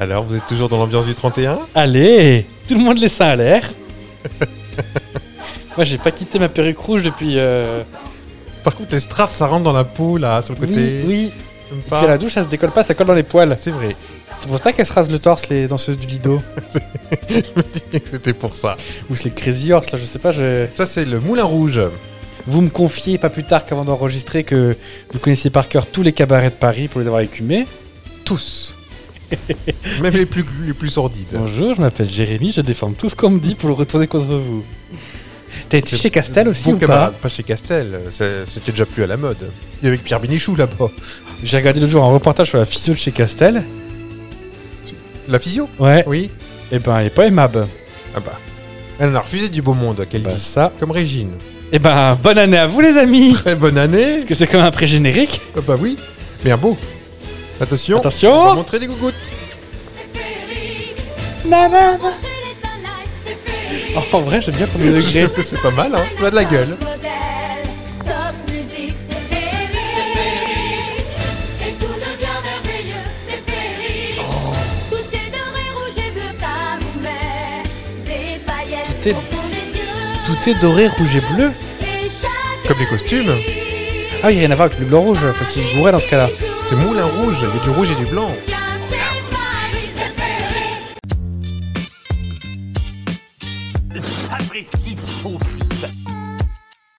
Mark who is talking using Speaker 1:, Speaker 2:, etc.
Speaker 1: Alors, vous êtes toujours dans l'ambiance du 31
Speaker 2: Allez, tout le monde laisse ça à l'air. Moi, j'ai pas quitté ma perruque rouge depuis. euh,
Speaker 1: Par contre, les strass, ça rentre dans la peau, là, sur le côté.
Speaker 2: Oui, oui.
Speaker 1: J'aime
Speaker 2: Puis
Speaker 1: pas.
Speaker 2: à la douche, elle se décolle pas, ça colle dans les poils.
Speaker 1: C'est vrai.
Speaker 2: C'est pour ça qu'elle se rase le torse, les danseuses du Lido.
Speaker 1: Je me disais que C'était pour ça.
Speaker 2: Ou c'est les Crazy Horse, là, je sais pas. Je...
Speaker 1: Ça, c'est le Moulin Rouge.
Speaker 2: Vous me confiez pas plus tard qu'avant d'enregistrer que vous connaissiez par cœur tous les cabarets de Paris pour les avoir écumés.
Speaker 1: Tous. Même les plus, les plus sordides.
Speaker 2: Bonjour, je m'appelle Jérémy, je déforme tout ce qu'on me dit pour le retourner contre vous. T'as été chez Castel aussi
Speaker 1: Bon
Speaker 2: ou
Speaker 1: camarade, pas
Speaker 2: pas
Speaker 1: chez Castel. ça- C'était déjà plus à la mode. Il y avait que Pierre Bénichou, là-bas.
Speaker 2: J'ai regardé l'autre jour un reportage sur la physio de chez Castel.
Speaker 1: La physio
Speaker 2: Ouais,
Speaker 1: Oui.
Speaker 2: et ben elle est pas aimable.
Speaker 1: Ah bah. Elle en a refusé du beau monde, qu'elle
Speaker 2: Bah,
Speaker 1: dit.
Speaker 2: ça.
Speaker 1: Comme Régine.
Speaker 2: Et ben bonne année à vous les amis
Speaker 1: Très bonne année.
Speaker 2: Parce que c'est comme un pré-générique.
Speaker 1: Ah bah oui. Bien beau. Attention. On va
Speaker 2: Attention
Speaker 1: montrer des gougouttes.
Speaker 2: Nanana. Oh, En vrai, j'aime bien premier degré.
Speaker 1: c'est pas mal, hein. Ça a de la gueule.
Speaker 3: Top musique, c'est Félix. C'est Félix. Et tout devient merveilleux, c'est Félix.
Speaker 1: Oh.
Speaker 3: Tout est doré, rouge et bleu, ça vous met des paillettes
Speaker 2: Tout est-
Speaker 3: au fond des yeux.
Speaker 2: Tout est doré, rouge et bleu.
Speaker 3: Et chaque
Speaker 1: Comme les costumes.
Speaker 2: Ah, il y a rien à voir avec le blanc-rouge, parce qu'il se bourrait dans ce cas-là.
Speaker 1: C'est Moulin Rouge. Il y a du rouge et du blanc.
Speaker 3: tiens